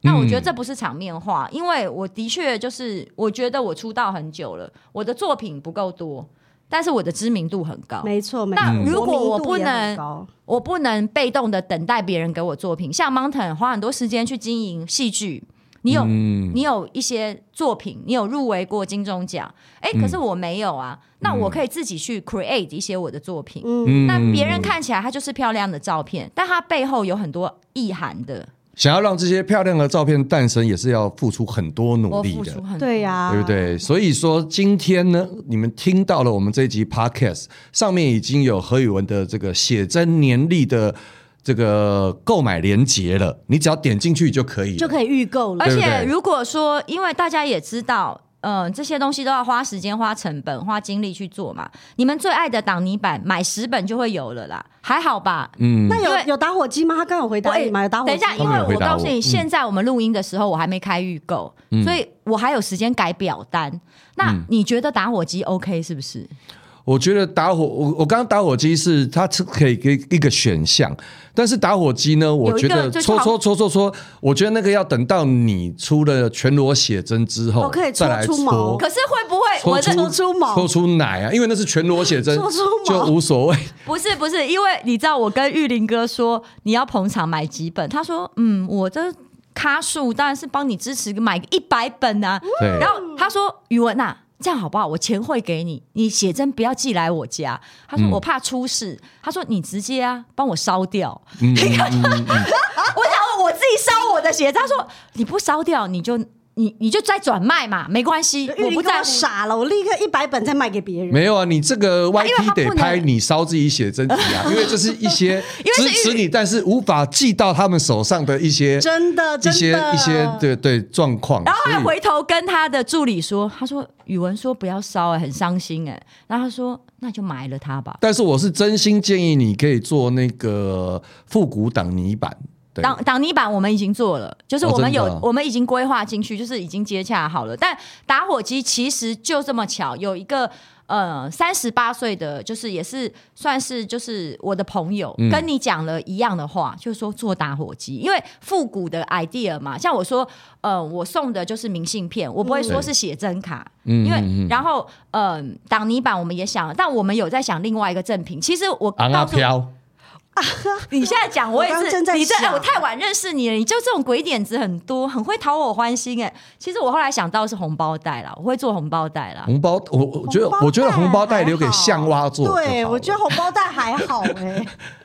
[SPEAKER 1] 那我觉得这不是场面话，因为我的确就是我觉得我出道很久了，我的作品不够多，但是我的知名度很高。
[SPEAKER 4] 没错，没错。
[SPEAKER 1] 那如果我
[SPEAKER 4] 国
[SPEAKER 1] 不
[SPEAKER 4] 民度也很
[SPEAKER 1] 能
[SPEAKER 4] 高
[SPEAKER 1] 我不能被动的等待别人给我作品，像 Mountain 花很多时间去经营戏剧，你有、
[SPEAKER 3] 嗯
[SPEAKER 1] 你有一些作品，你有入围过金钟奖，哎，
[SPEAKER 3] 嗯
[SPEAKER 1] 可是我没有啊，那我可以自己去 create 一些我的作品。
[SPEAKER 4] 嗯，
[SPEAKER 3] 嗯
[SPEAKER 1] 那别人看起来它就是漂亮的照片，但它背后有很多意涵的，
[SPEAKER 3] 想要让这些漂亮的照片诞生，也是要付出很多努
[SPEAKER 1] 我
[SPEAKER 3] 力
[SPEAKER 1] 付
[SPEAKER 3] 的
[SPEAKER 1] 出。很多
[SPEAKER 4] 对呀，
[SPEAKER 3] 对不？对？所以说今天呢，你们听到了我们这一集 podcast 上面已经有何宇文的这个写真年历的这个购买链接了，你只要点进去就可以了。
[SPEAKER 4] 就可以预购了
[SPEAKER 1] 而。
[SPEAKER 3] 对不对
[SPEAKER 1] 且如果说，因为大家也知道，嗯、这些东西都要花时间、花成本、花精力去做嘛。你们最爱的挡泥板，买十本就会有了啦，还好吧？
[SPEAKER 3] 嗯
[SPEAKER 4] 那
[SPEAKER 1] 因
[SPEAKER 4] 有
[SPEAKER 1] 为
[SPEAKER 4] 有打火机吗？他刚有回答
[SPEAKER 1] 哎
[SPEAKER 4] 你吗？有打火
[SPEAKER 1] 等
[SPEAKER 4] 机嗯
[SPEAKER 1] 一下，因
[SPEAKER 4] 吗
[SPEAKER 1] 为
[SPEAKER 3] 他没有回
[SPEAKER 1] 我
[SPEAKER 3] 答
[SPEAKER 1] 告
[SPEAKER 3] 我
[SPEAKER 1] 诉你，
[SPEAKER 3] 嗯
[SPEAKER 1] 现在我们录音的时候我还没开预购，所以我还有时间改表单。那
[SPEAKER 4] 嗯
[SPEAKER 1] 你觉得打火机 OK 是不是？
[SPEAKER 3] 我觉得打火，我我刚刚打火机是它是可以给一个选项，但是打火机呢，我觉
[SPEAKER 1] 有一
[SPEAKER 3] 得
[SPEAKER 1] 个最
[SPEAKER 3] 搓
[SPEAKER 1] 好
[SPEAKER 3] 搓搓搓搓，我觉得那个要等到你出了全裸写真之后，
[SPEAKER 4] 哦可以搓
[SPEAKER 3] 再来
[SPEAKER 4] 出
[SPEAKER 3] 搓
[SPEAKER 4] 毛
[SPEAKER 1] 可是会不会
[SPEAKER 3] 搓
[SPEAKER 1] 我的
[SPEAKER 4] 搓出毛
[SPEAKER 3] 搓出奶啊，因为那是全裸写真，
[SPEAKER 4] 搓出
[SPEAKER 3] 就
[SPEAKER 4] 毛
[SPEAKER 3] 无所谓。
[SPEAKER 1] 不是不是，因为你知道我跟玉林哥说你要捧场买几本，他说嗯，我这咖数当然是帮你支持买一百本啊。
[SPEAKER 3] 对
[SPEAKER 1] 然后他说宇文呐、啊，这样好不好？我钱汇给你，你写真不要寄来我家。他
[SPEAKER 3] 嗯
[SPEAKER 1] 说我怕出事，他说你直接啊帮我烧掉。
[SPEAKER 3] 嗯嗯嗯嗯嗯
[SPEAKER 1] 我想说我自己烧我的鞋子，他说你不烧掉你就你你就再转卖嘛，没关系，
[SPEAKER 4] 玉
[SPEAKER 1] 我
[SPEAKER 4] 林
[SPEAKER 1] 不
[SPEAKER 4] 哥
[SPEAKER 1] 在
[SPEAKER 4] 我
[SPEAKER 1] 乎。
[SPEAKER 4] 傻了，我立刻一百本再卖给别人。
[SPEAKER 3] 没有啊，你这个
[SPEAKER 1] 哎因为
[SPEAKER 3] YT
[SPEAKER 1] 他
[SPEAKER 3] 得
[SPEAKER 1] 不能
[SPEAKER 3] 拍你烧自己写真集 啊，因为这是一些
[SPEAKER 1] 因
[SPEAKER 3] 支
[SPEAKER 1] 为是
[SPEAKER 3] 持你，但是无法寄到他们手上的一些
[SPEAKER 4] 真的，
[SPEAKER 3] 一
[SPEAKER 4] 真
[SPEAKER 3] 些
[SPEAKER 4] 的，
[SPEAKER 3] 一些对对状况。
[SPEAKER 1] 然后还
[SPEAKER 3] 所以
[SPEAKER 1] 回头跟他的助理说，他说宇文说不要烧、欸，很伤心哎、然后他说那就埋了他吧。
[SPEAKER 3] 但是我是真心建议你可以做那个复古挡泥板，对，
[SPEAKER 1] 挡挡泥板我们已经做了，就是
[SPEAKER 3] 哦
[SPEAKER 1] 我们
[SPEAKER 3] 真的
[SPEAKER 1] 有、
[SPEAKER 3] 啊
[SPEAKER 1] 我们已经规划进去，就是已经接洽好了。但打火机其实就这么巧，有一个呃三十八岁的，就是也是算是就是我的朋友，
[SPEAKER 3] 嗯
[SPEAKER 1] 跟你讲了一样的话，就是说做打火机，因为复古的 idea 嘛，像我说呃我送的就是明信片，我不会说
[SPEAKER 3] 嗯
[SPEAKER 1] 是写真卡，
[SPEAKER 3] 嗯
[SPEAKER 1] 因为、
[SPEAKER 3] 嗯嗯
[SPEAKER 1] 然后嗯、呃、挡泥板我们也想了，但我们有在想另外一个赠品。其实我告
[SPEAKER 3] 昂
[SPEAKER 1] 诉
[SPEAKER 3] 啊飘，
[SPEAKER 1] 你现在讲，我也
[SPEAKER 4] 我刚
[SPEAKER 1] 是，
[SPEAKER 4] 刚正在
[SPEAKER 1] 你这、
[SPEAKER 4] 想
[SPEAKER 1] 哎我太晚认识你了，你就这种鬼点子很多，很会讨我欢心哎、其实我后来想到是红包袋啦，我会做红包袋啦。
[SPEAKER 3] 红包，我我觉得我觉得红包袋留给象蛙做就好了，
[SPEAKER 4] 对，我觉得红包袋还好 哎。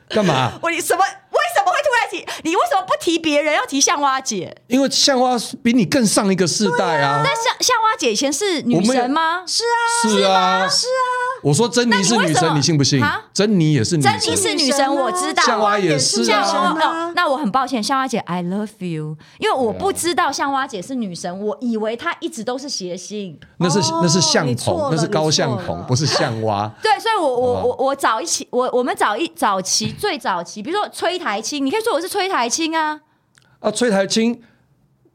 [SPEAKER 3] 干嘛？
[SPEAKER 1] 我你什么？为什么会突然提？你为什么不提别人，要提向蛙姐？
[SPEAKER 3] 因为象蛙比你更上一个世代啊，
[SPEAKER 1] 那向向蛙姐以前是女神吗？
[SPEAKER 4] 是啊，
[SPEAKER 3] 是啊是啊，我说珍妮是
[SPEAKER 1] 那你为
[SPEAKER 3] 女
[SPEAKER 1] 什
[SPEAKER 3] 神，
[SPEAKER 1] 么
[SPEAKER 3] 你信不信
[SPEAKER 1] 啊？
[SPEAKER 3] 珍妮也是女
[SPEAKER 1] 珍
[SPEAKER 3] 神，
[SPEAKER 1] 妮是女
[SPEAKER 4] 女神啊
[SPEAKER 1] 神，我知道。
[SPEAKER 3] 向蛙也是
[SPEAKER 4] 是
[SPEAKER 1] 向
[SPEAKER 4] 啊
[SPEAKER 1] 蛙
[SPEAKER 4] 女神啊
[SPEAKER 1] 哦，那我很抱歉，向蛙姐，I love you，因为我不知道向蛙姐是女神，我以为她一直都是谐星。
[SPEAKER 3] 那是、
[SPEAKER 4] 哦
[SPEAKER 3] 那是象
[SPEAKER 4] 你错
[SPEAKER 3] 孔，
[SPEAKER 4] 了
[SPEAKER 3] 那是高象
[SPEAKER 4] 你错
[SPEAKER 3] 孔
[SPEAKER 4] 了，
[SPEAKER 3] 不是象蛙。
[SPEAKER 1] 对，所以我我
[SPEAKER 3] 好吧
[SPEAKER 1] 我我早一期，我我们早一早期最早期，比如说崔台青，你可以说我是崔台青啊，
[SPEAKER 3] 啊，崔台青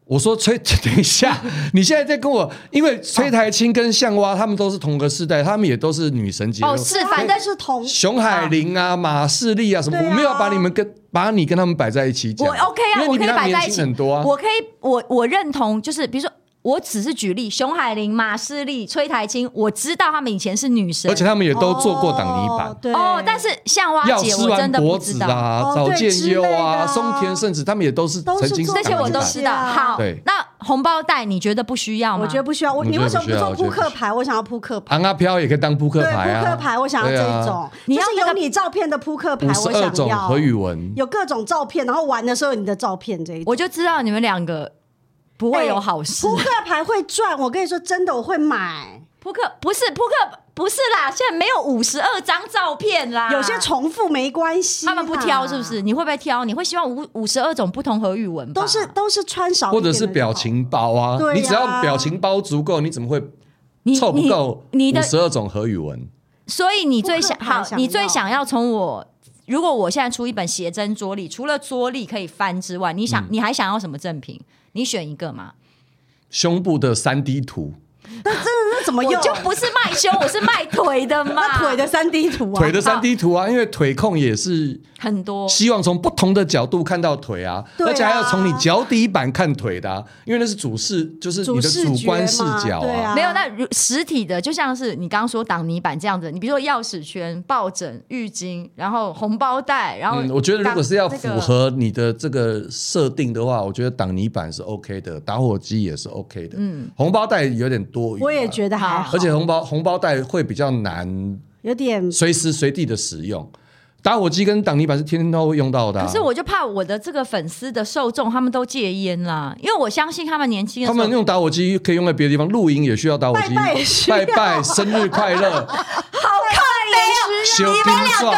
[SPEAKER 3] 我说崔， 等一下，你现在在跟我，因为崔台青跟向蛙他们都是同个世代，他们也都是女神级的。
[SPEAKER 1] 哦是
[SPEAKER 4] 他们
[SPEAKER 1] 反正
[SPEAKER 4] 是同
[SPEAKER 3] 熊海玲啊、马士利啊什么，
[SPEAKER 4] 对啊
[SPEAKER 3] 我没有把你们跟把你跟他们摆在一起讲。
[SPEAKER 1] 我 OK 啊，
[SPEAKER 3] 因为
[SPEAKER 1] 我
[SPEAKER 3] 你
[SPEAKER 1] 可
[SPEAKER 3] 比
[SPEAKER 1] 以
[SPEAKER 3] 他们
[SPEAKER 1] 摆在
[SPEAKER 3] 年
[SPEAKER 1] 一
[SPEAKER 3] 轻
[SPEAKER 1] 起，
[SPEAKER 3] 很多啊。
[SPEAKER 1] 我可以，我我认同，就是比如说，我只是举例，熊海玲、马世丽、崔台青，我知道他们以前是女神，
[SPEAKER 3] 而且他们也都做过挡泥
[SPEAKER 4] 哦
[SPEAKER 3] 板，
[SPEAKER 4] 对
[SPEAKER 1] 哦，但是向蛙
[SPEAKER 3] 药
[SPEAKER 1] 姐
[SPEAKER 3] 师
[SPEAKER 1] 我
[SPEAKER 3] 丸
[SPEAKER 1] 真的
[SPEAKER 3] 博
[SPEAKER 1] 不知
[SPEAKER 3] 子
[SPEAKER 1] 道。
[SPEAKER 3] 啊、
[SPEAKER 4] 哦
[SPEAKER 3] 早
[SPEAKER 4] 对
[SPEAKER 3] 见
[SPEAKER 4] 之
[SPEAKER 3] 优
[SPEAKER 4] 类的
[SPEAKER 3] 啊、
[SPEAKER 4] 啊
[SPEAKER 3] 松田圣子，他们也都是
[SPEAKER 4] 都
[SPEAKER 3] 曾
[SPEAKER 4] 是
[SPEAKER 3] 经
[SPEAKER 4] 做
[SPEAKER 1] 这些我都
[SPEAKER 4] 挡
[SPEAKER 1] 知
[SPEAKER 4] 泥
[SPEAKER 1] 道。
[SPEAKER 4] 板
[SPEAKER 1] 好
[SPEAKER 3] 对，
[SPEAKER 1] 那红包袋你觉得不需要吗？
[SPEAKER 4] 我觉得不需要。我
[SPEAKER 3] 我觉得
[SPEAKER 4] 你为什么
[SPEAKER 3] 不
[SPEAKER 4] 不
[SPEAKER 3] 需要
[SPEAKER 4] 做
[SPEAKER 3] 我觉得
[SPEAKER 4] 扑
[SPEAKER 3] 不
[SPEAKER 4] 克
[SPEAKER 3] 需
[SPEAKER 4] 牌？我想要扑克牌。
[SPEAKER 3] 昂阿飘也可以当扑克
[SPEAKER 4] 对，
[SPEAKER 3] 牌啊，
[SPEAKER 4] 扑克牌，我想要
[SPEAKER 3] 对啊
[SPEAKER 4] 这种，
[SPEAKER 1] 你要
[SPEAKER 4] 就是
[SPEAKER 1] 那
[SPEAKER 4] 有
[SPEAKER 1] 个
[SPEAKER 4] 你照片的扑克牌，
[SPEAKER 3] 五
[SPEAKER 4] 我
[SPEAKER 3] 十二
[SPEAKER 4] 想
[SPEAKER 3] 种
[SPEAKER 4] 要
[SPEAKER 3] 何宇文，
[SPEAKER 4] 有各种照片，然后玩的时候有你的照片这一种。
[SPEAKER 1] 我就知道你们两个不会有好事。
[SPEAKER 4] 扑克牌会赚，我跟你说真的，我会买。
[SPEAKER 1] 扑克不是扑克不是啦，现在没有五十二张照片啦，
[SPEAKER 4] 有些重啊复没关系啦，
[SPEAKER 1] 啊他们不挑是不是？你会不会挑？你会希望五五十二种不同和语文吧
[SPEAKER 4] 都是都是穿少一
[SPEAKER 3] 或
[SPEAKER 4] 点
[SPEAKER 3] 者
[SPEAKER 4] 的
[SPEAKER 3] 是表情包啊
[SPEAKER 4] 对，啊
[SPEAKER 3] 你只要表情包足够，你怎么会
[SPEAKER 1] 你
[SPEAKER 3] 凑不够
[SPEAKER 1] 你你
[SPEAKER 3] 五
[SPEAKER 1] 的
[SPEAKER 3] 十二种何宇文？
[SPEAKER 1] 所以你最想
[SPEAKER 4] 扑克牌
[SPEAKER 1] 好，
[SPEAKER 4] 想
[SPEAKER 1] 你
[SPEAKER 4] 要
[SPEAKER 1] 最想要从我，如果我现在出一本写真桌历，除了桌历可以翻之外，你
[SPEAKER 3] 嗯
[SPEAKER 1] 想、你还想要什么赠品？你选一个嘛。
[SPEAKER 3] 胸部的三 D 图，
[SPEAKER 4] 那真的是怎么
[SPEAKER 1] 我
[SPEAKER 4] 用？
[SPEAKER 1] 就不是卖胸，我是卖腿的 嘛。
[SPEAKER 4] 那腿的三 D 图啊，
[SPEAKER 3] 腿的三 D 图啊，因为腿控也是
[SPEAKER 1] 很多，
[SPEAKER 3] 希望从不同的角度看到腿啊，
[SPEAKER 4] 对啊
[SPEAKER 3] 而且还要从你脚底板看腿的、啊，因为那是主视，就是你的主观视
[SPEAKER 4] 主视觉
[SPEAKER 3] 角
[SPEAKER 4] 嘛对啊
[SPEAKER 1] 没有那如实体的，就像是你刚刚说挡泥板这样子，你比如说钥匙圈、抱枕、浴巾，然后红包袋，然后
[SPEAKER 3] 嗯，我觉得如果是要
[SPEAKER 1] 挡
[SPEAKER 3] 符
[SPEAKER 1] 那个
[SPEAKER 3] 合你的这个设定的话，我觉得挡泥板是 OK 的，打火机也是 OK 的。嗯，红包袋有点多余、啊
[SPEAKER 4] 我也觉得还好，
[SPEAKER 3] 而且红包红包袋会比较难
[SPEAKER 4] 有点
[SPEAKER 3] 随时随地的使用，打火机跟挡泥板是天天都会用到的啊、
[SPEAKER 1] 可是我就怕我的这个粉丝的受众他们都戒烟啦，因为我相信他们年轻的
[SPEAKER 3] 他
[SPEAKER 1] 时
[SPEAKER 3] 们
[SPEAKER 1] 候，
[SPEAKER 3] 用打火机可以用在别的地方，露营也需要打火机，
[SPEAKER 4] 拜拜也需要啊
[SPEAKER 3] 拜拜生日快 乐，修冰状。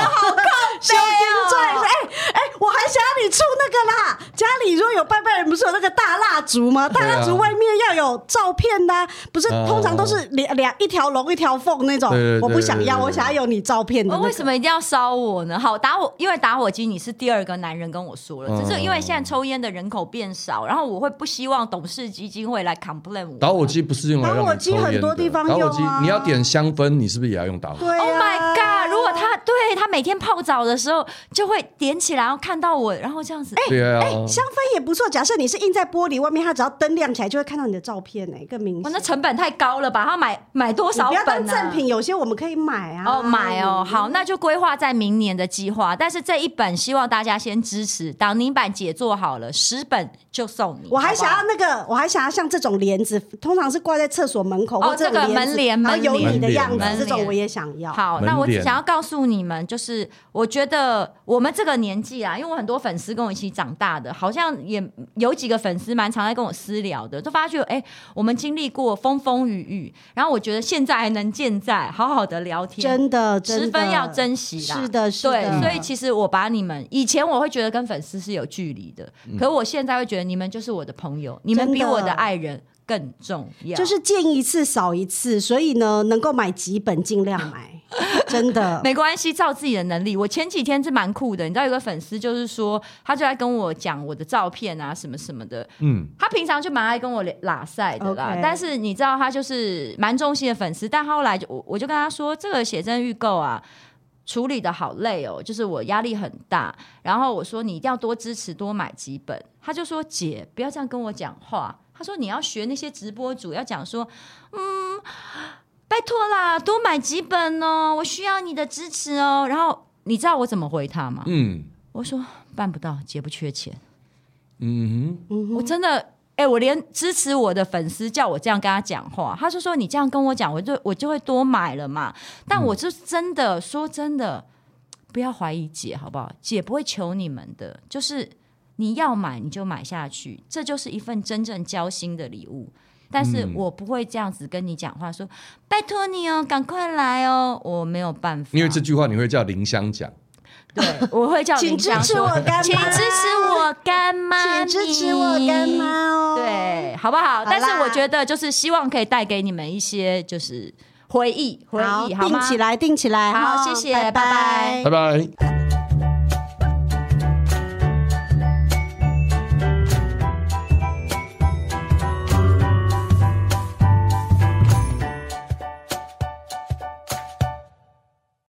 [SPEAKER 4] 小金钻。哎哎，我还想要你出那个啦，家里如果有拜拜人，不是有那个大蜡烛吗？大
[SPEAKER 3] 啊
[SPEAKER 4] 蜡烛外面要有照片的啊，不是
[SPEAKER 3] 啊
[SPEAKER 4] 通常都是两两一条龙一条凤那种
[SPEAKER 3] 对对对。
[SPEAKER 4] 我不想
[SPEAKER 3] 对
[SPEAKER 4] 要，
[SPEAKER 3] 对对
[SPEAKER 4] 我想要有你照片的
[SPEAKER 1] 哦
[SPEAKER 4] 那个。
[SPEAKER 1] 为什么一定要烧我呢？好打火，因为打火机你是第二个男人跟我说
[SPEAKER 3] 嗯
[SPEAKER 1] 了，只是因为现在抽烟的人口变少，然后我会不希望董事基金会来 complain 我。
[SPEAKER 3] 打火机不是用来让你
[SPEAKER 4] 打火机
[SPEAKER 3] 抽烟的
[SPEAKER 4] 很多地方
[SPEAKER 3] 打
[SPEAKER 4] 用啊
[SPEAKER 3] 火机你要点香氛，你是不是也要用打火？
[SPEAKER 4] 对
[SPEAKER 1] Oh
[SPEAKER 4] 啊
[SPEAKER 1] my god！如果他对他每天泡澡的时候就会点起来，然后看到我，然后这样子，
[SPEAKER 3] 对啊，
[SPEAKER 4] 哎香氛也不错。假设你是印在玻璃外面，它只要灯亮起来就会看到你的照片呢、更明
[SPEAKER 1] 哇，
[SPEAKER 4] 显。
[SPEAKER 1] 哦那成本太高了吧？他买买多
[SPEAKER 4] 你
[SPEAKER 1] 少
[SPEAKER 4] 不
[SPEAKER 1] 本
[SPEAKER 4] 要
[SPEAKER 1] 啊？
[SPEAKER 4] 当赠品，有些我们可以买啊。
[SPEAKER 1] 哦，买哦，好，那就规划在明年的计划。但是这一本希望大家先支持，挡泥板解做好了，十本就送你。
[SPEAKER 4] 我还
[SPEAKER 1] 好不
[SPEAKER 4] 想
[SPEAKER 1] 好
[SPEAKER 4] 要那个，我还想要像这种帘子，通常是挂在厕所门口
[SPEAKER 1] 哦
[SPEAKER 4] 或者
[SPEAKER 1] 这个
[SPEAKER 4] 帘子
[SPEAKER 1] 门帘
[SPEAKER 4] 然后有
[SPEAKER 1] 门
[SPEAKER 4] 你的
[SPEAKER 3] 帘
[SPEAKER 4] 样子
[SPEAKER 3] 门，
[SPEAKER 4] 这种
[SPEAKER 1] 帘
[SPEAKER 4] 我也想要。
[SPEAKER 1] 好，
[SPEAKER 3] 门
[SPEAKER 1] 那我只
[SPEAKER 3] 帘
[SPEAKER 1] 想要告诉你们，就是我觉得我们这个年纪啊，因为我很多粉丝跟我一起长大的，好像也有几个粉丝蛮常在跟我私聊的，就发觉哎、我们经历过风风雨雨，然后我觉得现在还能健在，好好的聊天，
[SPEAKER 4] 真的，真的
[SPEAKER 1] 十分要珍惜啦。
[SPEAKER 4] 是的，是
[SPEAKER 1] 对，
[SPEAKER 4] 的。
[SPEAKER 1] 所以其实我把你们以前我会觉得跟粉丝是有距离的，可我现在会觉得你们就是我的朋友，你们
[SPEAKER 4] 真
[SPEAKER 1] 比
[SPEAKER 4] 的
[SPEAKER 1] 我的爱人更重要。
[SPEAKER 4] 就是见一次少一次，所以呢，能够买几本尽量 买，真的。
[SPEAKER 1] 没关系，照自己的能力。我前几天是蛮酷的，你知道有个粉丝就是说，他就在跟我讲我的照片啊什么什么的。
[SPEAKER 3] 嗯，
[SPEAKER 1] 他平常就蛮爱跟我拉塞的啦
[SPEAKER 4] OK
[SPEAKER 1] 但是你知道他就是蛮忠心的粉丝，但后来就我我就跟他说，这个写真预购啊。处理的好累哦，就是我压力很大。然后我说你一定要多支持，多买几本。他就说姐不要这样跟我讲话。他说你要学那些直播主，要讲说嗯拜托啦，多买几本哦，我需要你的支持哦。然后你知道我怎么回他吗？
[SPEAKER 3] 嗯
[SPEAKER 1] 我说办不到，姐不缺钱。
[SPEAKER 3] 嗯哼，
[SPEAKER 1] 我真的，哎、我连支持我的粉丝叫我这样跟他讲话，他就说你这样跟我讲，我就我就会多买了嘛。但
[SPEAKER 3] 嗯
[SPEAKER 1] 我就真的、说真的，不要怀疑姐好不好？姐不会求你们的，就是你要买你就买下去，这就是一份真正交心的礼物。但是
[SPEAKER 3] 嗯
[SPEAKER 1] 我不会这样子跟你讲话说，拜托你哦，赶快来哦，我没有办法，
[SPEAKER 3] 因为这句话你会叫林香讲，
[SPEAKER 1] 对，我会叫
[SPEAKER 4] 请
[SPEAKER 1] 林
[SPEAKER 4] 支
[SPEAKER 1] 湘
[SPEAKER 4] 持
[SPEAKER 1] 说
[SPEAKER 4] 我干妈，
[SPEAKER 1] 请支持我干妈，
[SPEAKER 4] 请支持我干妈哦。，
[SPEAKER 1] 对，好不好？
[SPEAKER 4] 啦
[SPEAKER 1] 但是我觉得就是希望可以带给你们一些就是回忆，回
[SPEAKER 4] 好，
[SPEAKER 1] 忆，好
[SPEAKER 4] 定
[SPEAKER 1] 吗？
[SPEAKER 4] 起来，定起来。
[SPEAKER 1] 好
[SPEAKER 4] 哈
[SPEAKER 1] 谢谢拜
[SPEAKER 4] 拜
[SPEAKER 1] 拜
[SPEAKER 3] 拜拜。